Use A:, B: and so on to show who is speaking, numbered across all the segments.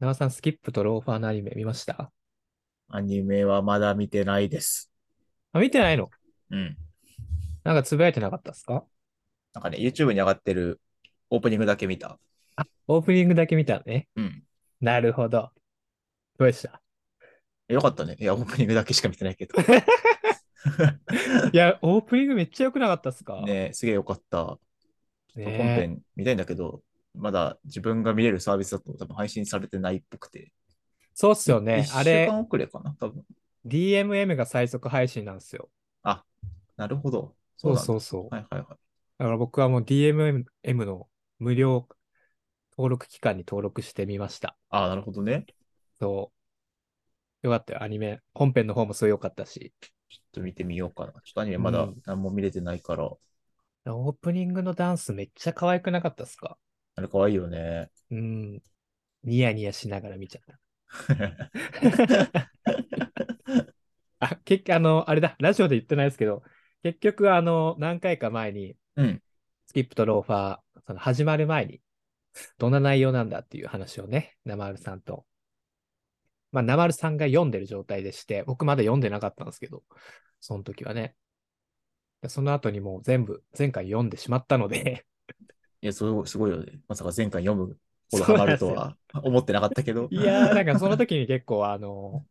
A: 長尾さん、スキップとローファーのアニメ見ました
B: アニメはまだ見てないです。
A: あ、見てないの
B: うん。
A: なんかつぶやいてなかったですか
B: なんかね、YouTube に上がってるオープニングだけ見た。
A: オープニングだけ見たのね。
B: うん。
A: なるほど。どうでした
B: よかったね。いや、オープニングだけしか見てないけど。
A: いや、オープニングめっちゃ良くなかったっすか
B: ねすげえよかった。
A: ね
B: 本編見たいんだけど、まだ自分が見れるサービスだと多分配信されてないっぽくて。
A: そうっすよね。あ
B: 1週
A: れ、
B: 間遅れかな、多分。
A: DMM が最速配信なんですよ。
B: なるほど。
A: そう
B: なんだ
A: そうそう。
B: はいはいはい。
A: だから僕はもう DMM の無料登録期間に登録してみました。
B: ああ、なるほどね。
A: そう。よかったよ、アニメ。本編の方もすごい良かったし。
B: ちょっと見てみようかな。ちょっとアニメまだ
A: うん
B: 何も見れてないから、
A: オープニングのダンスめっちゃ可愛くなかったっすか
B: あれ可愛いよね。
A: うん。ニヤニヤしながら見ちゃった。あ、結局、あの、あれだ、ラジオで言ってないですけど、結局、あの、何回か前に、
B: うん。
A: スキップとローファー、その始まる前に、どんな内容なんだっていう話をね、ナマルさんと。まあ、ナマルさんが読んでる状態でして、僕まだ読んでなかったんですけど、その時はね。でその後にもう全部、前回読んでしまったので、
B: いや、すごい、すごいよね。まさか前回読むほ
A: そう
B: どハ
A: な
B: マ
A: んで
B: る
A: すよ
B: とは思ってなかったけど。
A: いやー、なんかその時に結構、あの、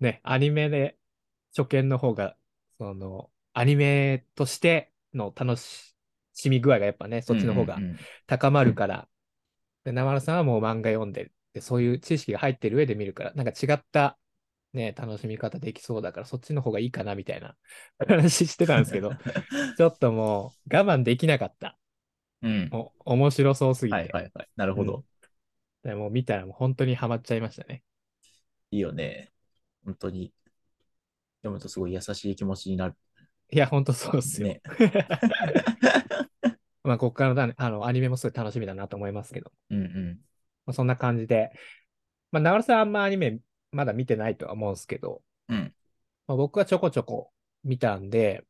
A: ね、アニメで、初見の方が、その、アニメとしての楽しみ具合がやっぱね、そっちの方が
B: うんうんうん
A: 高まるから、で、生原さんはもう漫画読んでるで、そういう知識が入ってる上で見るから、なんか違った、ね、楽しみ方できそうだから、そっちの方がいいかな、みたいな話してたんですけ ど、ちょっともう我慢できなかった。
B: うん。
A: もう面白そうすぎて。
B: はいはいはい。なるほど。
A: でもう見たらもう本当にハマっちゃいましたね。
B: いいよね。本当に。読むとすごい優しい気持ちになる。
A: いや、本当そうっすよ。
B: ね。
A: まあ、ここからだね、あの、アニメもすごい楽しみだなと思いますけど、
B: うんうん。
A: まあ、そんな感じで、まあ、長良さんあんまアニメまだ見てないとは思うんですけど、
B: うん。
A: まあ、僕はちょこちょこ見たんで、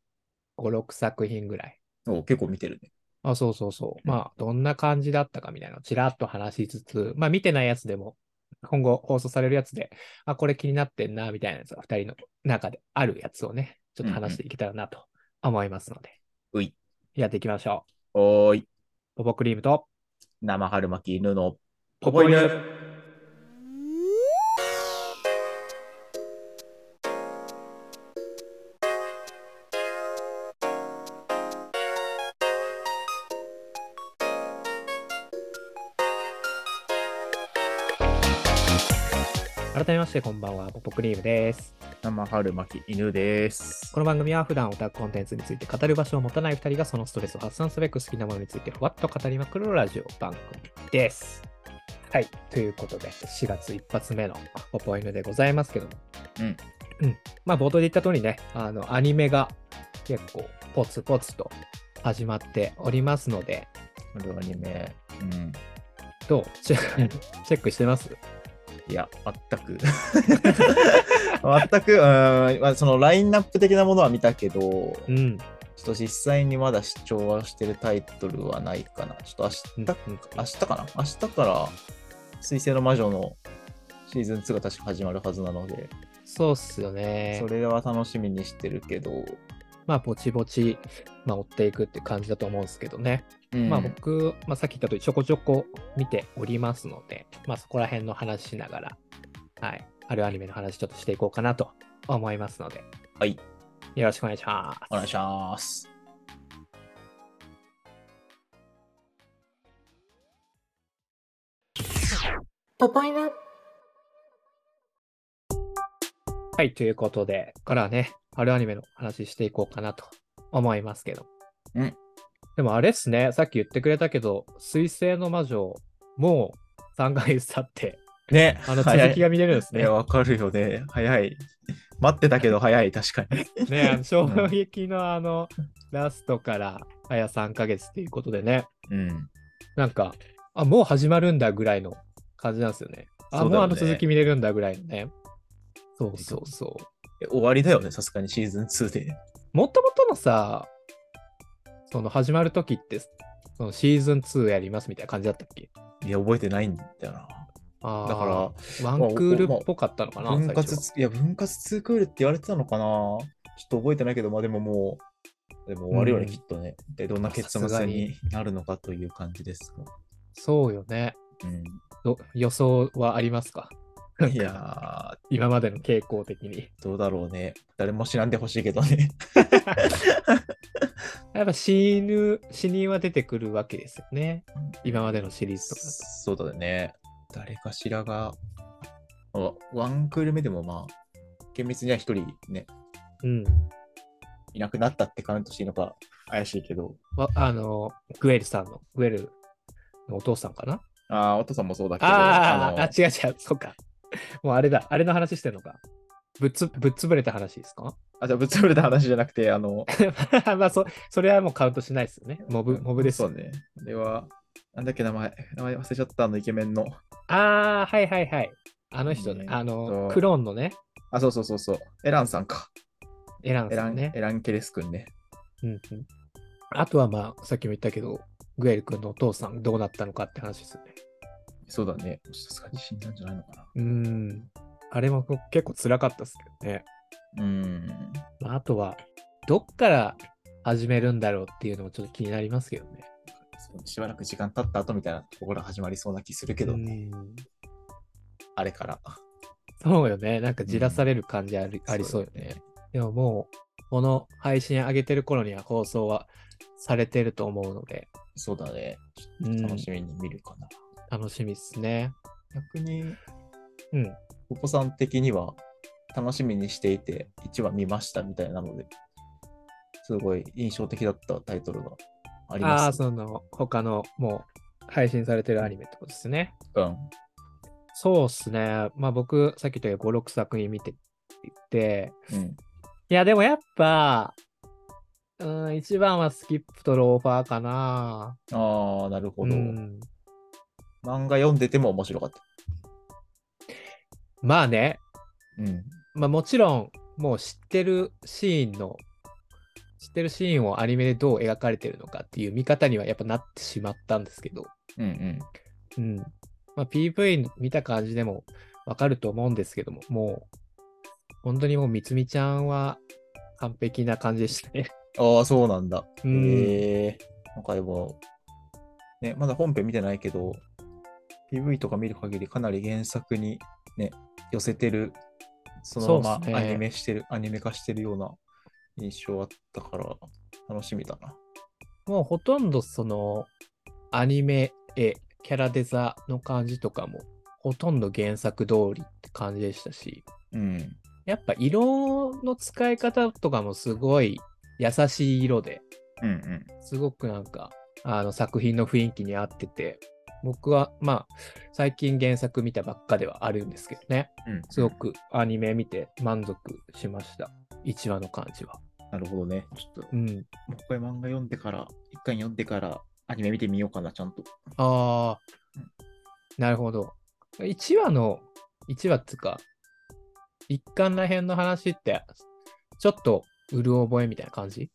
A: 5、6作品ぐらい。
B: お結構見てるね。
A: あ、そうそうそう。
B: うん
A: まあ、どんな感じだったかみたいなのをちらっと話しつつ、まあ、見てないやつでも、今後放送されるやつで、あ、これ気になってんな、みたいなやつが2人の中であるやつをね、ちょっと話していけたらなと思いますので、
B: うい。
A: やっていきましょう。
B: おーい。
A: ポポクリームと
B: 生春巻き犬の
A: ポポイヌ。改めましてこんばんは、ポポクリームです。
B: 生春巻き犬です。
A: この番組は普段オタクコンテンツについて語る場所を持たない2人がそのストレスを発散すべく好きなものについてふわっと語りまくるラジオ番組です。はい。ということで、4月一発目のポポイヌでございますけども。
B: うん。
A: うん。まあ、冒頭で言った通りね、あの、アニメが結構ポツポツと始まっておりますので、
B: これアニメ。うん。
A: どうチェックチェックしてます
B: いや、全 く。全く、うんまあ、そのラインナップ的なものは見たけど、
A: うん。うん
B: ちょっと実際にまだ視聴はしてるタイトルはないかな。ちょっと
A: う
B: 明
A: ん
B: 日、明日かな明日から、水星の魔女のシーズン2が確か始まるはずなので、
A: そうっすよね
B: そ。れは楽しみにしてるけど、
A: まあ、ぼちぼち、まあ、追っていくって感じだと思うんですけどね。まあ
B: うん
A: 僕、まあ、さっき言った通りちょこちょこ見ておりますので、まあ、そこら辺の話しながら、はい、あるアニメの話ちょっとしていこうかなと思いますので、
B: はい、
A: よろしくお願いしま
B: お願い
A: す。
B: します。
C: ポポイヌ
A: はい、ということで、ここからはね、あるアニメの話していこうかなと思いますけど。
B: うん。
A: でもあれっすね、さっき言ってくれたけど、水星の魔女、もう3ヶ月経って、
B: ね、
A: あの続きが見れるんです
B: ね、
A: ね。
B: わかるよね。早い。待ってたけど早い、確かに。
A: ね、あの衝撃のあの、ラストから、早3ヶ月ということでね。
B: うん。
A: なんか、あ、もう始まるんだぐらいの感じなんですよね。あ、
B: そ
A: も
B: うだ
A: う
B: よね
A: あの続き見れるんだぐらいのね。そうそうそう。
B: え終わりだよね、さすがにシーズン2で。
A: もともとのさ、その始まる時って、そのシーズン2やりますみたいな感じだったっけ
B: いや、覚えてないんだよな。
A: あー
B: だから、
A: ワンクールっぽかったのかな、
B: 分
A: 最
B: 割
A: 初
B: つ、いや、分割2クールって言われてたのかなちょっと覚えてないけど、まあでももう、でも終わるよね、
A: うん
B: きっとね。で、どんな結
A: さすが
B: 末
A: に
B: になるのかという感じですが。
A: そうよね。
B: うん、
A: ど予想はありますかなんか
B: いや
A: 今までの傾向的に。
B: ー、どうだろうね。誰も知らんでほしいけどね。
A: やっぱ死ぬ、死人は出てくるわけですよね。今までのシリーズとかだと。
B: そうだね。誰かしらが、あワンクール目でもまあ、厳密には一人ね、
A: うん。
B: いなくなったってカウントしていいのか怪しいけど、
A: わあの、グエルさんの、グエルのお父さんかな
B: ああ、お父さんもそうだけど、
A: あーあ
B: の
A: 違う違う、そうか。もうあれだ、あれの話してんのか。ぶっつぶっ潰れた話です か
B: あじゃあぶっ潰れた話じゃなくて、あの、
A: まあそ、それはもうカウントしないですよね。モブ、モブです
B: そ
A: よ
B: うね。では、なんだっけ、名前、名前忘れちゃった、あの、イケメンの。
A: ああ、はいはいはい。あの人ね
B: え、ー
A: あ
B: と
A: の、クローンのね、
B: あ、そうそうそうそう。エランさんか。
A: エラン
B: エ
A: さ
B: ラ
A: ん
B: ン、
A: ね。
B: エランケレス君ね。
A: うんうん、あとはまあ、さっきも言ったけど、グエル君のお父さんどうなったのかって話ですよね。
B: そうだね。さすがに死んだんじゃないのか
A: うーん。あれも結構辛かったですけどね。
B: な。うん。
A: まあ、あとは、どっから始めるんだろうっていうのもちょっと気になりますけどね。
B: そうしばらく時間経った後みたいなところが始まりそうな気するけど、
A: うん
B: あれから。
A: そうよね。なんかじらされる感じあり,、ありそうよね。でももう、この配信上げてる頃には放送はされてると思うので、
B: そうだね。ち
A: う
B: ょっ
A: ん
B: と楽しみに見るかな。
A: 楽しみですね。
B: 逆に、
A: うん。
B: お子さん的には、楽しみにしていて、1話見ましたみたいなので、すごい印象的だったタイトルがあり
A: ああ
B: ま
A: ー、
B: す、
A: その、他の、もう、配信されてるアニメってことですね。
B: うん。
A: そうっすね。まあ僕、さっき言ったように5、6作品見てって、
B: うん。
A: いや、でもやっぱ、うん、一番はスキップとローファーかな。
B: ああ、なるほ
A: う
B: ど。
A: ん。
B: 漫画読んでても面白かった。
A: まあね、
B: うん。
A: まあもちろん、もう知ってるシーンの、知ってるシーンをアニメでどう描かれてるのかっていう見方にはやっぱなってしまったんですけど、
B: うんうん。
A: うん。まあ PV 見た感じでもわかると思うんですけども、もう、本当にもうみつみちゃんは完璧な感じでした ね。
B: ああ、そうなんだ。
A: うん
B: へえ。なんかでも、ね、まだ本編見てないけど、PV とか見る限りかなり原作にね、寄せてる、そのま
A: そうっす
B: ま
A: ね
B: アニメしてる、アニメ化してるような印象あったから、楽しみだな。
A: もうほとんどそのアニメ絵、キャラデザの感じとかもほとんど原作通りって感じでしたし、
B: うん。
A: やっぱ色の使い方とかもすごい優しい色で
B: うんうん。
A: すごくなんかあの作品の雰囲気に合ってて、僕はまあ最近原作見たばっかではあるんですけどね、
B: うん、
A: すごくアニメ見て満足しました。1話の感じは。
B: なるほどね。ちょっと、
A: うん。
B: もうこれ漫画読んでから、一巻読んでから、アニメ見てみようかな、ちゃんと。
A: ああ
B: うん、
A: なるほど。1話の、1話っつうか、一巻ら辺の話って、ちょっと、うる覚えみたいな感じ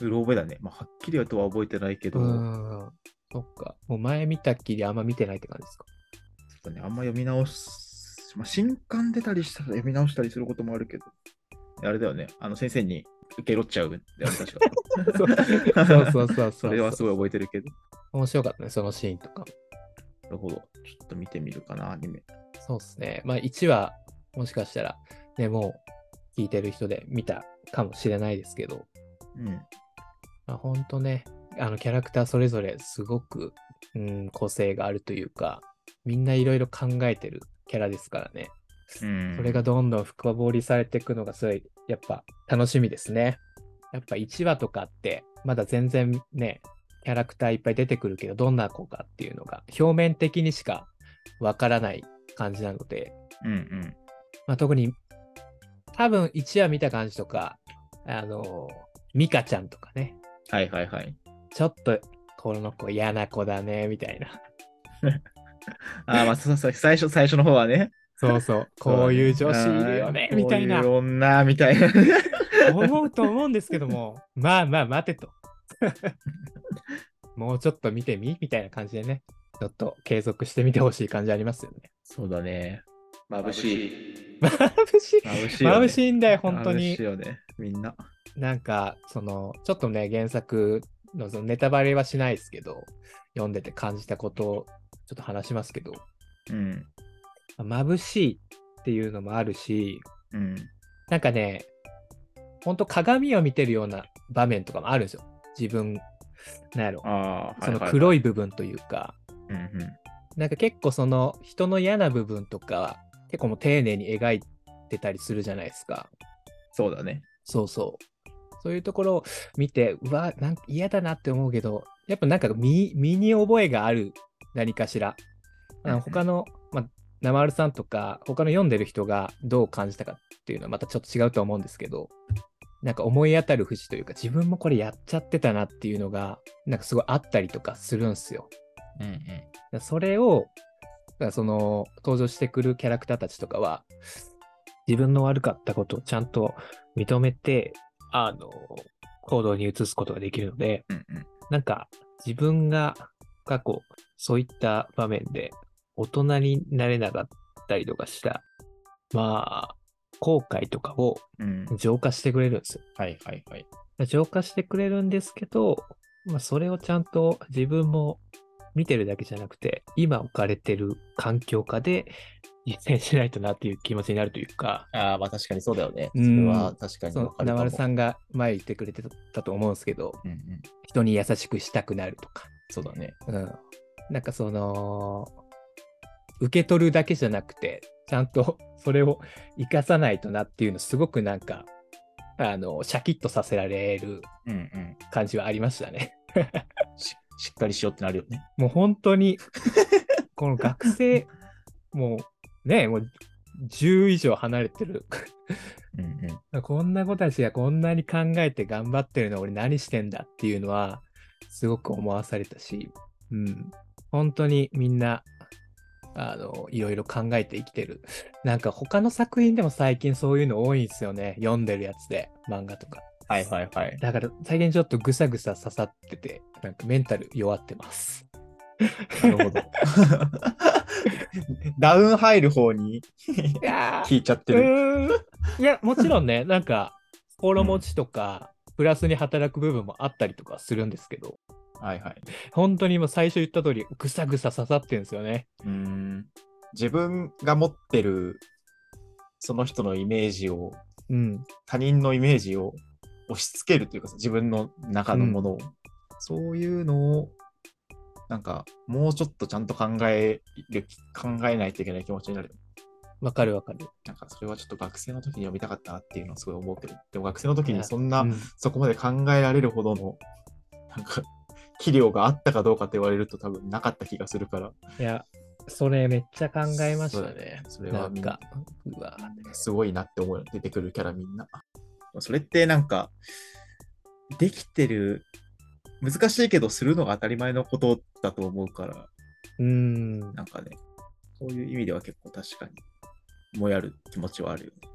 B: うろ覚えだね。まあ、はっきりとは覚えてないけ
A: う
B: ど、
A: ーん。そっか。もう前見たっきりあんま見てないって感じですか。
B: ちょっとね、あんま読み直す、まあ、新刊出たりしたら読み直したりすることもあるけど、あれだよね、あの先生に受けろっちゃうってあ れ確 か。
A: そうそうそうそうそう。
B: それはすごい覚えてるけど。
A: 面白かったね、そのシーンとか。
B: なるほど。ちょっと見てみるかな、アニメ。
A: そうですね。まあ1話、もしかしたら、ね、もう、聞いてる人で見たかもしれないですけど、
B: うん。
A: まあ、ほんとね、あのキャラクターそれぞれすごく、うん、個性があるというか、みんないろいろ考えてるキャラですからね。
B: うん
A: それがどんどん深掘りされていくのがすごい、やっぱ楽しみですね。やっぱ1話とかって、まだ全然ね、キャラクターいっぱい出てくるけど、どんな子かっていうのが、表面的にしかわからない感じなので、
B: うんうん。
A: まあ、特に、多分1話見た感じとか、あの、ミカちゃんとかね、
B: はいはいはい。
A: ちょっとこの子嫌な子だね、みたいな。
B: あーまあ、そうそう最初、最初の方はね。
A: そう そう、こういう女子いるよね、みたいな
B: こういう女、みたいな。
A: 思うと思うんですけども、 まあまあ待てと。もうちょっと見てみみたいな感じでね、ちょっと継続してみてほしい感じありますよね。
D: そうだね。眩しい。
A: 眩しい。
D: 眩しいよね。
A: 眩しいんだよ、本当
D: 眩
A: に
D: しい。よね。みんな。
A: なんか、その、ちょっとね、原作のそのネタバレはしないですけど、読んでて感じたことをちょっと話しますけど、
D: うん。
A: 眩しいっていうのもあるし、
D: うん。
A: なんかね、ほんと鏡を見てるような場面とかもあるんですよ。自分、なんやろ、
D: ああ、
A: その
D: はいはい
A: 黒い部分というか、
D: うんうん。
A: なんか結構その人の嫌な部分とか、結構もう丁寧に描いてたりするじゃないですか。
D: そうだね。
A: そうそう。そういうところを見て、うわ、なんか嫌だなって思うけど、やっぱなんか身身に覚えがある何かしら。あ
D: うんう
A: の
D: ん
A: 他の、まあ、ナマルさんとか、他の読んでる人がどう感じたかっていうのはまたちょっと違うと思うんですけど、なんか思い当たる節というか、自分もこれやっちゃってたなっていうのが、なんかすごいあったりとかするんですよ。
D: うんうん。
A: だからそれを、だからその登場してくるキャラクターたちとかは、自分の悪かったことをちゃんと認めて、あの、行動に移すことができるので、
D: うんうん。
A: なんか自分が過去、そういった場面で大人になれなかったりとかした、まあ、後悔とかを
D: うん、
A: 浄化してくれるんですよ
D: はいはいはい。
A: 浄化してくれるんですけど、まあ、それをちゃんと自分も見てるだけじゃなくて、今置かれてる環境下で実践しないとなっていう気持ちになるというか、
B: ああ、まあ確かにそうだよね。そ
A: うん
B: れは確かに
A: そ
B: わ
A: の
B: か
A: 名
B: るかも。
A: 丸さんが前言ってくれてたと思うんですけど、
B: うんうん。
A: 人に優しくしたくなるとか、
B: そうだね。
A: うん、なんかその、受け取るだけじゃなくて、ちゃんと それを生かさないとなっていうの、すごくなんか、あの、シャキッとさせられる
B: うんうん。
A: 感じはありましたね。
B: ししっかりしようってなるよね。
A: もう本当に、この学生、もうね、もう10以上離れてる。
B: うんうん。
A: こんな子たちがこんなに考えて頑張ってるの、俺何してんだっていうのは、すごく思わされたし、うん。本当にみんな、あの、いろいろ考えて生きてる。なんか他の作品でも最近そういうの多いんですよね。読んでるやつで、漫画とか。
B: はいはい はい。
A: だから最近ちょっとぐさぐさ刺さってて、なんかメンタル弱ってます。
B: なる ほど。
D: ダウン入る方に
A: いやー
D: 聞いちゃって
A: う
D: る。
A: ーんいや、もちろんね、なん か、心持ちとか、プラスに働く部分もあったりとかするんですけど、
B: はいはい。
A: 本当に今最初言った通り、ぐさぐさ刺さってるんですよね。
B: うん。自分が持ってるその人のイメージを、
A: うん。
B: 他人のイメージを押し付けるというかさ、自分の中のものを。そういうのを、なんか、もうちょっとちゃんと考える、考えないといけない気持ちになる。
A: わかるわかる。
B: なんかそれはちょっと学生の時に読みたかったなっていうのをすごい思うけど、でも学生の時
A: ね
B: にそんな、
A: うん
B: そこまで考えられるほどの、なんか、 器量があったかどうかって言われると多分なかった気がするから。
A: いや、それめっちゃ考えまし
B: そ
A: た
B: うだ
A: ね。
B: ね。それ
A: な
B: は
A: ん
B: みんな
A: か、うわー
B: すごいなって思うよ。出てくるキャラみんな。
D: それってなんか、できてる、難しいけどするのが当たり前のことだと思うから、
A: うーん。
D: なんかね、そういう意味では結構確かに、もやる気持ちはあるよね。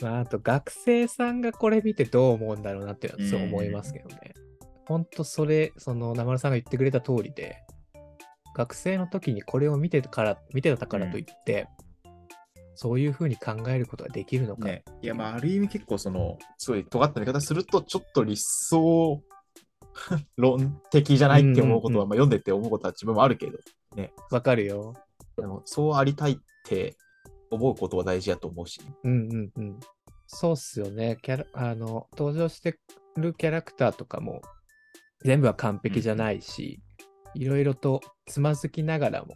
A: まあ、あと学生さんがこれ見てどう思うんだろうなっていうのはそう思いますけどね。ほんとそれ、その、名丸さんが言ってくれた通りで、学生の時にこれを見てから、見てたからといって、そういうふうに考えることができるのか。
D: ね、いや、まあ、ある意味結構その、
B: すごい尖った見方すると、ちょっと理想 論的じゃないって思うことは、
A: うん
B: まあ、読んでて思うことは自分もあるけど、
A: わかるよ。
B: でもそうありたいって思うことは大事やと思うし、
A: うんうんうん。そうっすよね。キャラ、あの、登場してるキャラクターとかも、全部は完璧じゃないし、いろいろとつまずきながらも、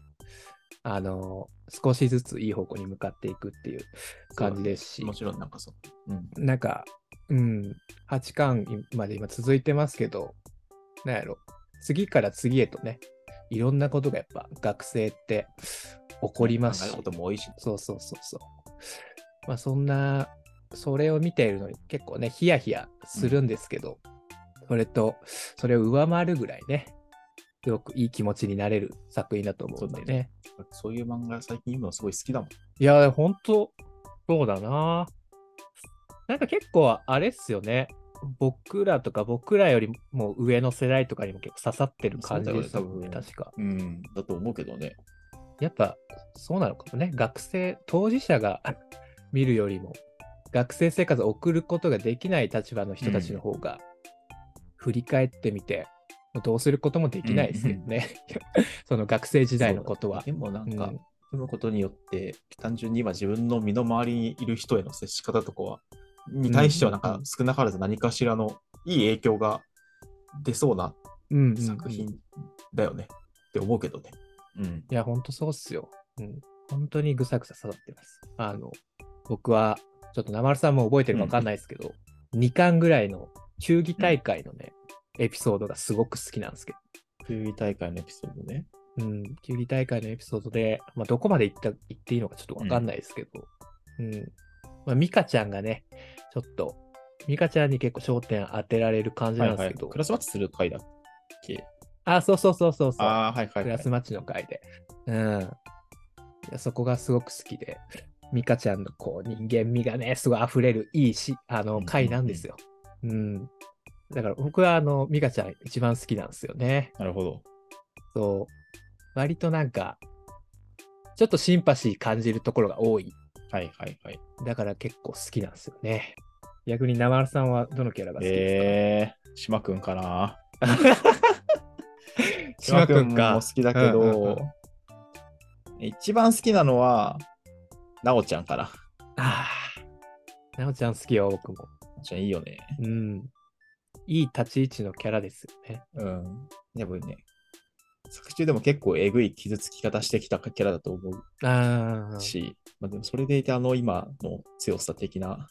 A: あの、少しずついい方向に向かっていくっていう感じですし、
B: もちろんなんかその、うん、
A: なんか、うん、8巻まで今続いてますけど、なんやろ、次から次へとね、いろんなことがやっぱ学生って起こります
B: 考え
A: し
B: るこ、とも多いし、
A: そうそうそうそう。まあそんな、それを見ているのに結構ね、ヒヤヒヤするんですけど、それと、それを上回るぐらいね、すごくいい気持ちになれる作品だと思うんで
B: そう
A: ね。
B: だそういう漫画最近読むのすごい好きだもん。
A: いや、ほんと、そうだな。なんか結構あれっすよね。僕らとか僕らよりも上の世代とかにも結構刺さってる感じですよ
B: そうだ
A: ね、
B: よね多分
A: 確か。
B: うん、だと思うけどね。
A: やっぱそうなのかもね。学生、当事者が 見るよりも、学生生活を送ることができない立場の人たちの方が、振り返ってみて、もうどうすることもできないですよね。 その学生時代のことは。
B: でもなんか、
A: うん
B: 読むことによって、単純に今自分の身の回りにいる人への接し方とかは、に対してはなんか
A: うん
B: 少なからず何かしらのいい影響が出そうな
A: うんうんうん
B: 作品だよね、って思うけどね。
D: うん。
A: いや、ほんとそうっすよ。うん。本当にぐさぐさ刺さってます。あの、僕は、ちょっと、なまるさんも覚えてるかわかんないですけど、2巻ぐらいの球技大会のね、エピソードがすごく好きなんですけ
B: 冬季大会のエピソードね。
A: ど、うん、球技大会のエピソードで、まあ、どこまで行った、行っていいのかちょっとわかんないですけど、うん。まあ、ミカちゃんがね、ちょっと、ミカちゃんに結構焦点当てられる感じ
B: は
A: なん
B: い
A: で
B: は
A: す
B: い。
A: けど、
B: クラスマッチする回だっけ
A: あ、そうそうそうそうそう。
B: ああ、はいはい、
A: ク
B: は
A: ラ
B: い
A: ス。マッチの回で。うん。いやそこがすごく好きで、ミカちゃんのこう人間味がね、すごい溢れるいいし、あ
B: うんうんう
A: の
B: ん
A: 回なんですよ。うん。だから僕はあの、ミカちゃん一番好きなんですよね。
B: なるほど。
A: そう。割となんか、ちょっとシンパシー感じるところが多い。
B: はいはいはい。
A: だから結構好きなんですよね。逆に生原さんはどのキャラが好きで
B: えー、島くんかな。
A: すか、島君
B: も
A: か
B: 好。きだけど、
A: うんうん
B: 一番好きなのは、なおちゃんかな。
A: ああ。なおちゃん好きよ、僕も。
B: なおちゃんいいよね。
A: うん。いい立ち位置のキャラですよね。
B: うん。多分ね、作中でも結構えぐい傷つき方してきたキャラだと思う
A: ああ。
B: し、まあ、でもそれでいて、あの今の強さ的な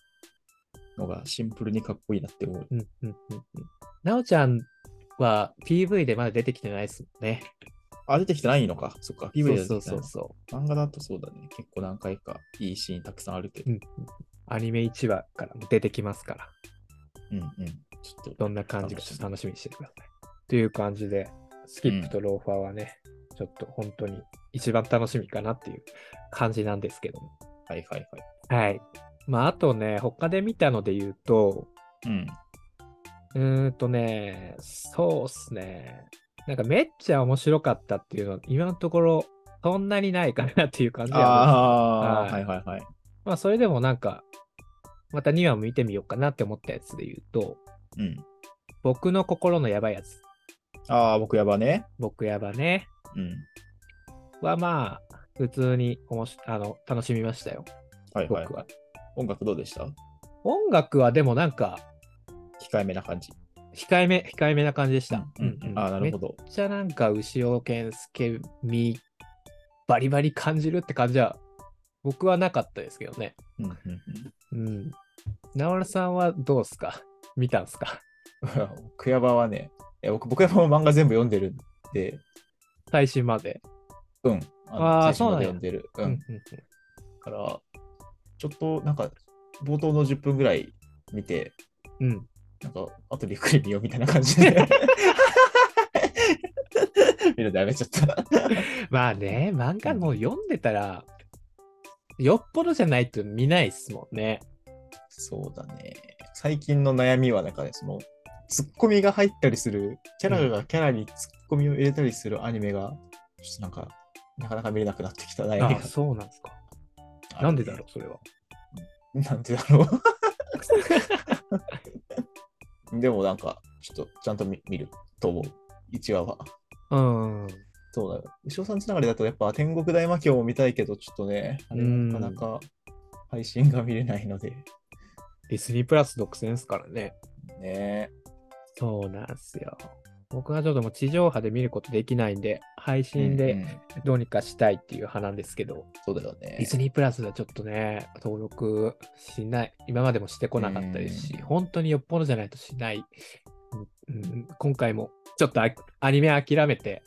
B: のがシンプルにかっこいいなって思う。
A: うんうんうんうん。なおちゃんは PV でまだ出てきてないですもんね。
B: あ、出てきてないのか。そっか。PV で
A: そう
B: 出てきて
A: そ
B: ないう
A: そ
B: 漫画だとそうだね。結構何回かいいシーンたくさんあるけど
A: う。う。んうん。アニメ1話からも出てきますから、
B: うんうん。ちょっと。
A: どんな感じかちょっと楽しみにしててください。という感じで、スキップとローファーはね、ちょっと本当に一番楽しみかなっていう感じなんですけども。
B: はいはいは
A: は
B: い。
A: い。まあ、あとね、他で見たので言うと、
B: うん。
A: うーんとね、そうっすね。なんかめっちゃ面白かったっていうのは、今のところそんなにないかなっていう感じは。
B: ああー、
A: は
B: はいいはいはい。
A: まあそれでもなんか、また2話も見てみようかなって思ったやつで言うと、
B: うん。
A: 僕の心のやばいやつ、
B: ああ、僕やばね。
A: 僕やばね、
B: うん。
A: はまあ、普通におもしあの楽しみましたよ、
B: はいはい
A: 僕は。
B: 音楽どうでした
A: 音楽はでもなんか、
B: 控えめな感じ。
A: 控えめ、控えめな感じでした。
B: うんうん、ああ、なるほ
A: ど
B: ど。
A: めっちゃなんか牛尾健介みバリバリ感じるって感じは僕はなかったですけどね。
B: うんうんうん
A: うん。直原さんはどうっすか 見たんすか
B: 僕やばはね、え僕、僕やばも漫画全部読んでるんで、
A: 最新まで。
B: うん。の
A: あー
B: 最新まで
A: そう
B: 読んでる。
A: う
B: うん。だ
A: うん
B: から、ちょっとなんか、冒頭の10分ぐらい見て、
A: うん。うん
B: なんか、あとびっくり見ようみたいな感じで。 見るのやめちゃった。
A: まあね、漫画もう読んでたら、よっぽどじゃないと見ないっすもんね。
B: そうだね。最近の悩みは、なんかね、その、ツッコミが入ったりする、キャラがキャラにツッコミを入れたりするアニメが、ちょっとなんか、なかなか見れなくなってきた悩み
A: あ
B: が
A: そうなんですか。
B: あるね
A: なんでだろう、それは。
B: なんでだろう。 でもなんか、ちょっとちゃんと見見ると思う。1話は。
A: うん。
B: そうだよ。牛尾さんつながりだとやっぱ天国大魔教も見たいけど、ちょっとね、あれはなかなか配信が見れないので、
A: ディスニープラス独占っすからね。
B: ね。
A: そうなんすよ。僕はちょっともう地上波で見ることできないんで、配信で
B: うんうん
A: どうにかしたいっていう派なんですけど、
B: そうだよ
A: ディ
B: ね。
A: ズニープラスではちょっとね、登録しない、今までもしてこなかったですし、
B: うん
A: 本当によっぽどじゃないとしない、うん、今回もちょっとあアニメ諦めて、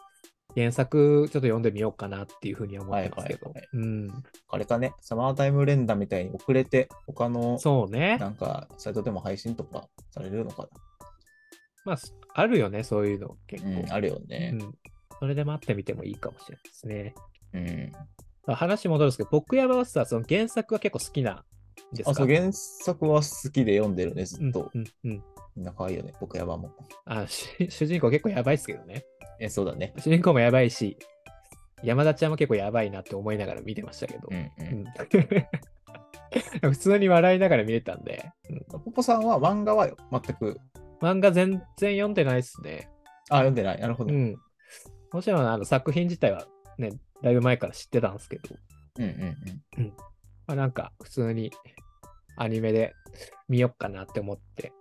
A: 原作ちょっと読んでみようかなっていうふうには思ってますけど
B: はいはい、
A: うん
B: あれかね、サマータイム連打みたいに遅れて、他の
A: そうね
B: な、んかサイトでも配信とかされるのか
A: まあ、あるよね、そういうの結
B: な。
A: 構。
B: あるよ
A: う
B: ね。
A: ん、それで待ってみてもいいかもしれないですね。
B: うん
A: あ話戻るんですけど、僕やばはさ、その原作は結構好きなんですか
B: あ、そう、原作は好きで読んでるね、ずっと。
A: うんうんうん
B: みんな可愛いよね、僕やばも。
A: あし 主人公結構やばいっすけどね。
B: え、そうだね。
A: 主人公もやばいし、山田ちゃんも結構やばいなって思いながら見てましたけど。
B: うんう。
A: うんん 普通に笑いながら見れたんで、うん
B: ポポさんは漫画はよ全く、
A: 漫画全然読んでないっすね。
B: あ、読んでない。なるほ
A: う
B: ど。うん
A: ん。もちろんあの作品自体はね、だいぶ前から知ってたんですけど、
B: うんうん。
A: まあ、なんか普通にアニメで見よっかなって思って。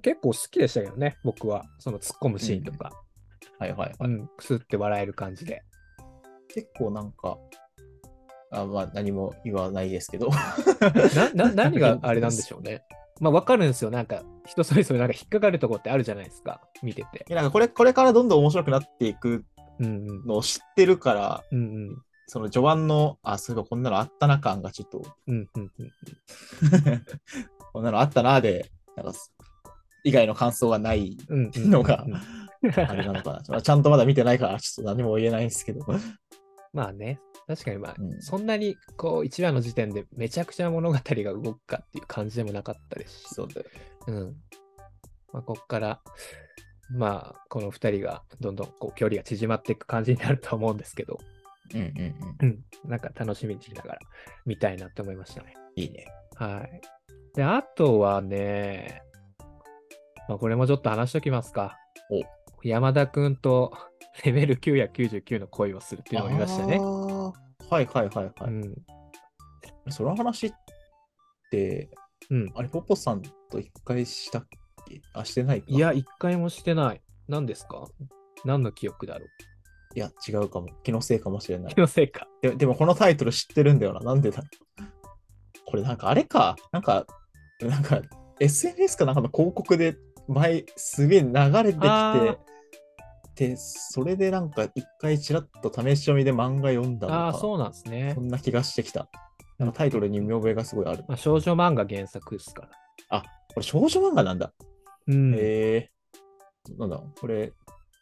A: 結構好きでしたけどね、僕は。その突っ込むシーンとか、
B: はいはいは
A: う
B: い。
A: ん、くすって笑える感じ で。
B: 結構なんか、あまあ何も言わないですけど。
A: なな何があれなんでしょうね。まあ分かるんですよ。なんか人それぞれなんか引っかかるとこってあるじゃないですか、見てて。
B: いやなんかこれ、これからどんどん面白くなっていく
A: うんうん。
B: のを知ってるから、
A: うんうん。
B: その序盤の、あ、そういえばこんなのあったな感がちょっと、
A: うんうんうん。
B: こんなのあったなで、なんか、以外の感想がない
A: うんうん
B: のが
A: うん
B: あれなのかな まあ。ちゃんとまだ見てないから、ちょっと何も言えないんですけど。
A: まあね、確かにまあ、
B: うん
A: そんなにこう1話の時点でめちゃくちゃ物語が動くかっていう感じでもなかったですし、
B: そうだよ。
A: うん。まあ、こっから、まあ、この2人がどんどんこう距離が縮まっていく感じになるとは思うんですけど、
B: うんうんうん。
A: うん。なんか楽しみにしながら見たいなって思いましたね。
B: いいね。
A: はい。で、あとはね、まあ、これもちょっと話しときますか。
B: お
A: 山田くんと レベル999の恋をするっていうのを見ましたね。
B: あーはいはいはいは
A: う
B: い。
A: ん。
B: その話って、
A: うん
B: あれ、ポポさんと一回したっけあ、してないか。
A: いや、、一回もしてない。何ですか何の記憶だろう
B: いや違うかも。気のせいかもしれない
A: 気。のせいか。
B: ででも、このタイトル知ってるんだよな。なんでだろうこれ、なんかあれか。なんか、なんか、SNS かなんかの広告で、前、すげえ流れて
A: あ
B: きて、で、それでなんか、一回ちらっと試し読みで漫画読んだのか。
A: ああー、そうなんですね
B: そ。んな気がしてきた。なんかタイトルに見覚えがすごいある。
A: まあ、少女漫画原作ですから。
B: これ少女漫画なんだ。
A: うん
B: えー、なんだ、これ、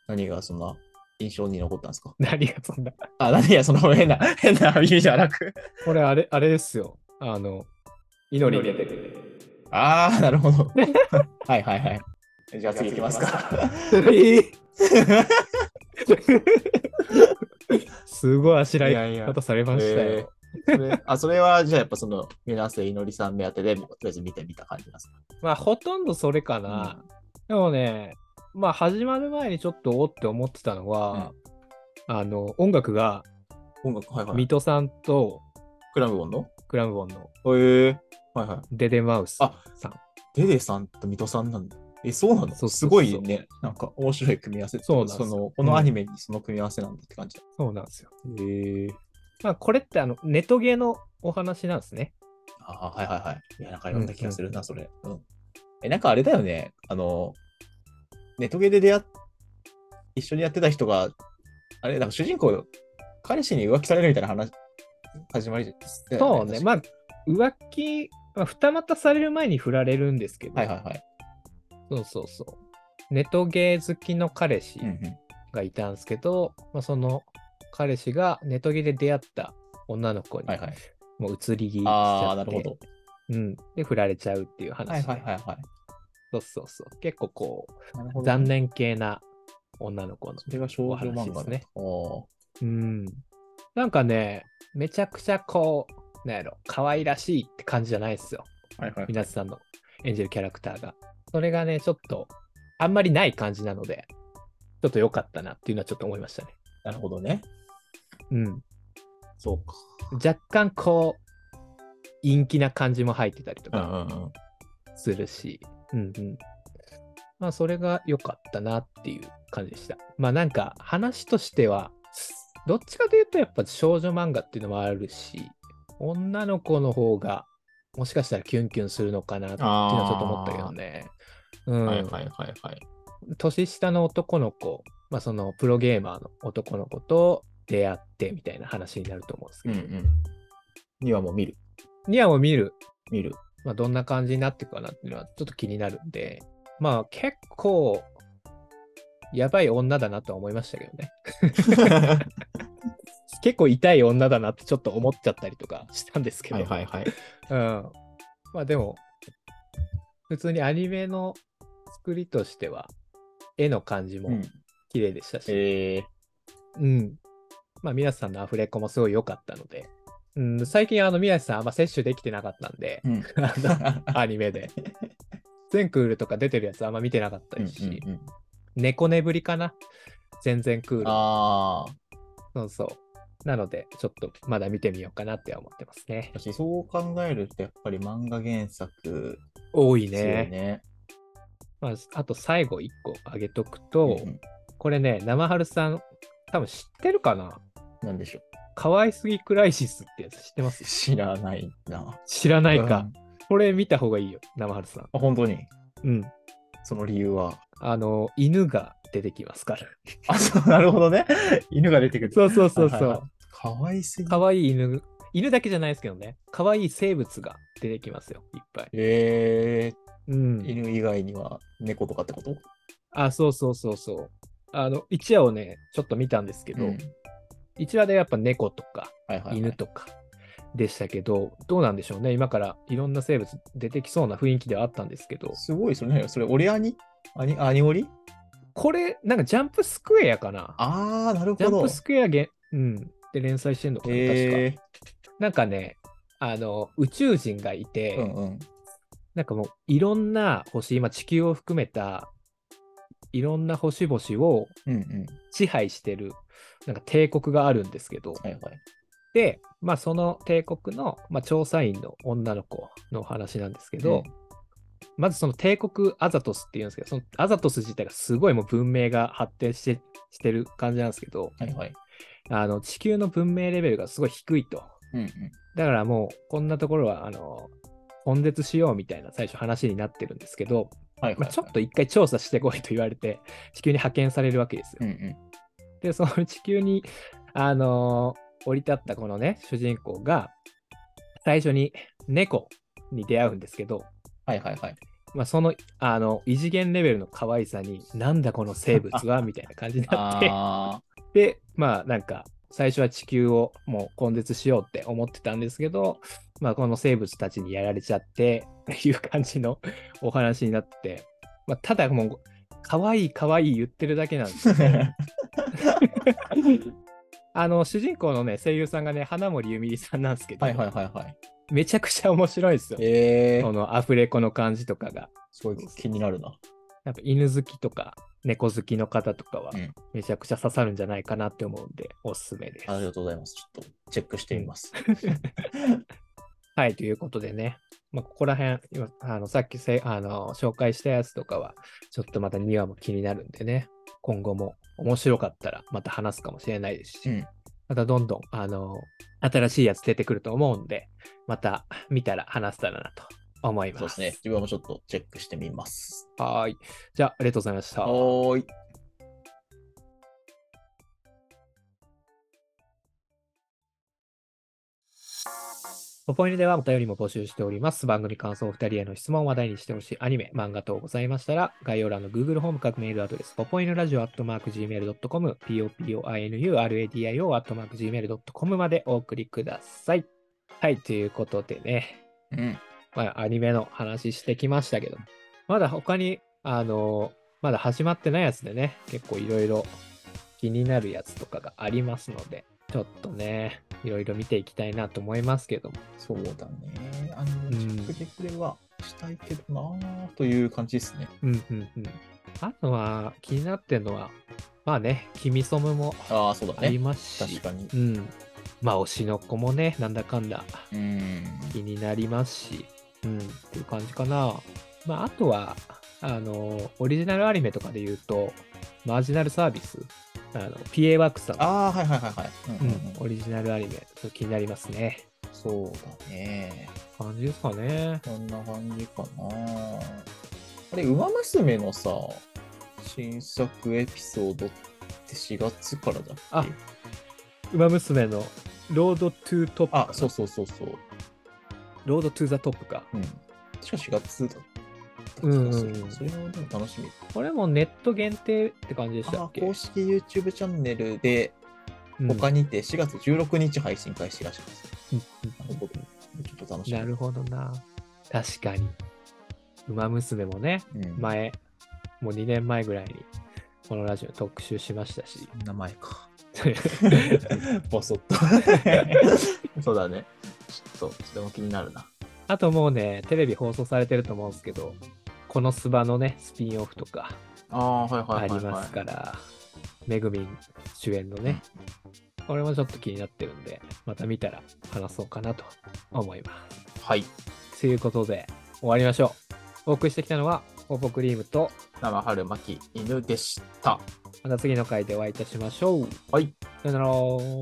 B: 何がそんな印象に残ったんですか
A: 何がそんな。
B: あ、何がその変な、変な意味じゃなく。
A: これ、あれ、あれですよ。あの、祈りに出てくる。
B: あー、なるほ ど。はいはいはい。じゃあ次行きますか。
A: すごいあしら
B: いやい
A: い
B: や
A: 方されました
B: えー
A: よ。
B: それあそれはじゃあやっぱその皆瀬いのりさん目当てでとりあえず見てみた感じなんですか
A: まあ、ほとんどそれかな。でもね、まあ、始まる前にちょっとおって思ってたのは、あの、音楽が、
B: 音楽はいはい
A: 水戸さんと
B: クラムボンの
A: クラムボンの
B: えー、はいはい
A: デデマウス
B: あ
A: さん。
B: デデさんと水戸さんなんだ。え、そうなの
A: そうそうそう
B: すごいね。なんか面白い組み合わせってい
A: そうなん
B: か
A: です
B: そ
A: よ
B: の、このアニメにその組み合わせなんだって感じだ。
A: そうなんですよ。
B: へえ
A: まあ、これってあのネトゲのお話なんですね。
B: あーはいはいはい。いや、なんか読んだ気がするな、それ。うん。え、なんかあれだよね。あの、ネトゲで出会っ、一緒にやってた人が、あれ、なんか主人公、彼氏に浮気されるみたいな話、始まりだよ
A: そうね。
B: 確
A: まあ、
B: か
A: 浮気、まあ、二股される前に振られるんですけど、
B: はいはいはい。
A: そうそうそう。ネトゲ好きの彼氏
B: うん
A: がいたんですけど、まあ、その彼氏がネトゲで出会った女の子
B: うん。
A: に
B: はいはい。
A: もう移り気しちゃ
B: ああ、
A: っ
B: な
A: て、
B: るほど。
A: うん、で振られちゃうっていう話、
B: はいはいはいはい。
A: そうそうそう結構こ
B: なる
A: う
B: ほど
A: 残。念系な女の子の
B: それが少女漫
A: お
B: 画
A: 話です
B: ね
A: ね。
B: あー
A: うん。なんかね、めちゃくちゃこう、なんやろ、可愛らしいって感じじゃないですよ。
D: はいはい。
A: 皆さんの演じるキャラクターが。それがね、ちょっと、あんまりない感じなので、ちょっと良かったなっていうのはちょっと思いましたね。
B: なるほどね。
A: うん。
B: そうか。
A: 若干こう、陰気な感じも入ってたりとか
B: うんうん。
A: するし、うんうん。まあ、それが良かったなっていう感じでした。まあ、なんか、話としては、どっちかというと、やっぱ少女漫画っていうのもあるし、女の子の方が、もしかしたらキュンキュンするのかなっていうのはちょっと思ったけどね。うん
B: はいはいはいはい。
A: 年下の男の子、まあ、そのプロゲーマーの男の子と出会ってみたいな話になると思うんですけ
B: うん
A: ど、
B: うん。にはもう見る。
A: ニアを見る、
B: 見 る。
A: まあ、どんな感じになっていくかなっていうのはちょっと気になるんで、まあ結構、やばい女だなとは思いましたけどね。結構痛い女だなってちょっと思っちゃったりとかしたんですけど、
B: はいはいはい。
A: うん。まあでも、普通にアニメの作りとしては、絵の感じも
B: うん。
A: 綺麗でしたし、
B: え
A: うん。まあ、皆さんのアフレコもすごい良かったので、うん、最近、あの、宮地さんあんま摂取できてなかったんで、
B: ー、 うん。
A: あのアニメで。全クールとか出てるやつあんま見てなかったりし、
B: うんうんうん
A: 猫ねぶりかな全然クール。
B: ああ、
A: そうそう。なので、ちょっとまだ見てみようかなって思ってますね。
B: 私そう考えるとやっぱり漫画原作
A: 多い
B: ですよ
A: ね。
B: ね。
A: まあ、あと最後1個あげとくと、
B: うんうん
A: これね、生春さん、多分知ってるかな
B: なんでしょ
A: 可愛すぎクライシスってやつ知ってま
B: う。
A: す
B: 知らないな。
A: 知らないか。
B: うん
A: これ見た方がいいよ、生春さん。
B: あ本当に。
A: うん。
B: その理由は。
A: あの、犬が出てきますから。
B: あ、そう、なるほどね。犬が出てくる。
A: そうそうそう
B: はいはい
A: そ
B: は
A: う
B: い。。かわいすぎ。
A: 可愛い犬、犬だけじゃないですけどね、可愛い生物が出てきますよ、いっぱい。
B: え
A: うん
B: ー、。犬以外には猫とかってこと
A: あ、そうそうそうそう。あの、一話をね、ちょっと見たんですけど、
B: うん
A: 一話でやっぱ猫とか
B: はいはいはい、
A: 犬とかでしたけど、どうなんでしょうね、今からいろんな生物出てきそうな雰囲気ではあったんですけど、
B: すごいですよね。それ、オレアニアニアニオリ
A: これ、なんかジャンプスクエアかな。
B: あー、なる
A: ジャン
B: ほど
A: プ。スクエアげ、うん、で連載してんのかな、確
B: え
A: か。なんかね、あの宇宙人がいて、
B: ー、うんうん。
A: なんかもういろんな星、今地球を含めたいろんな星々を
B: うんうん。
A: 支配してるなんか帝国があるんですけど、
B: はいはい。
A: で、まあ、その帝国の、まあ、調査員の女の子のお話なんですけど、
B: うん
A: まずその帝国アザトスっていうんですけど、そのアザトス自体がすごいもう文明が発展してしてる感じなんですけど、
B: はいはい。
A: あの地球の文明レベルがすごい低いと。
B: うんうん。
A: だからもうこんなところはあの根絶しようみたいな最初話になってるんですけど、
B: はいはい、
A: まあ、ちょっと一回調査してこいと言われて、 地球に派遣されるわけですよ。
B: うんうん。
A: で、その地球に、あのー降り立ったこのね、主人公が、最初に猫に出会うんですけど、
B: はいはいはい。
A: まあ、その、あの、異次元レベルの可愛さに、なんだこの生物はみたいな感じになって、
B: あ
A: で、まあ、なんか、最初は地球をもう根絶しようって思ってたんですけど、まあ、この生物たちにやられちゃって、っていう感じのお話になって、まあ、ただもう、可愛い可愛い言ってるだけなんですよね。
B: ー。
A: あの、主人公のね、声優さんがね、花森ゆみりさんなんですけど、
B: はいはいはいはい。
A: めちゃくちゃ面白いですよ。
B: え
A: こ
B: ー、
A: のアフレコの感じとかが。
B: すごい気になるな。
A: やっぱ犬好きとか、猫好きの方とかは
B: うん、
A: めちゃくちゃ刺さるんじゃないかなって思うんで、おすすめです。
B: ありがとうございます。ちょっとチェックしてみ ます。
A: はい、ということでね、まあ、ここら辺、今、あの、さっきせあの紹介したやつとかは、ちょっとまた2話も気になるんでね、今後も面白かったらまた話すかもしれないですし、
B: うん
A: またどんどん、あの、新しいやつ出てくると思うんで、また見たら話せたらなと思います。
B: そうですね。自分もちょっとチェックしてみます。
A: はーい。じゃあ、ありがとうございました。
B: はーい。
A: ポポイヌではお便りも募集しております。番組感想、お二人への質問、話題にしてほしいアニメ、漫画等ございましたら、概要欄の Google ホーム各メールアドレス、ポポイヌラジオアットマーク Gmail.com、popoinuradio アットマーク Gmail.com までお送りください。はい、ということでね、
B: うん。
A: まあ、アニメの話してきましたけど、まだ他に、あの、まだ始まってないやつでね、結構いろいろ気になるやつとかがありますので、ちょっとね、いろいろ見ていきたいなと思いますけども、
B: そうだね。あの、チェックでこれはしたいけどなーという感じですね。
A: うんうんうん。あとは、気になってるのは、まあね、君ソムも
B: ああ、そうだ
A: あり
B: ね。
A: ますし、
B: 確かに。
A: うん。まあ、推しの子もね、なんだかんだ
B: うん。
A: 気になりますし、うん、っていう感じかな。まあ、あとは、あの、オリジナルアニメとかで言うと、マージナルサービス、あの、PA ワークスさんの、
B: ああ、はいはいはいはい。
A: う
B: うんんうんうん
A: オリジナルアニメ、ちょっと気になりますね。
B: そうだね。
A: 感じですかね。
B: こんな感じかな。あれ、ウマ娘のさ、新作エピソードって4月からだっけ
A: あウマ娘の、ロードトゥトップ
B: あ
A: か、
B: そうそうそうそう。
A: ロードトゥザトップか。
B: うん。確か4月だった気
A: うん
B: がす
A: うんう
B: る。
A: ん
B: それもでも楽しみ。
A: これもネット限定って感じでした
B: あ
A: っけ
B: 公式 YouTube チャンネルで、
A: うん
B: 他にて4月16日配信開始らしいです。
A: うん
B: なるほど。ちょっと楽しみ。
A: なるほどな。確かに。馬娘もね、
B: うん
A: 前、もう2年前ぐらいに、このラジオ特集しましたし、
B: 名前 か。ぼそっと。 そうだね。ちょっと、とても気になるな。
A: あともうね、テレビ放送されてると思うんですけど、このスバのね、スピンオフとか
B: ああ、はいは
A: あ
B: いはい、
A: り
B: はい。
A: ますから、めぐみん主演のね、これもちょっと気になってるんで、また見たら話そうかなと思いま
B: はい。
A: す。ということで、終わりましょう。お送りしてきたのは、ポポクリームと、
B: 生春巻き犬でした。
A: また次の回でお会いいたしましょう。
B: はい。
A: さよな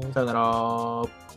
A: ら。
B: さよなら。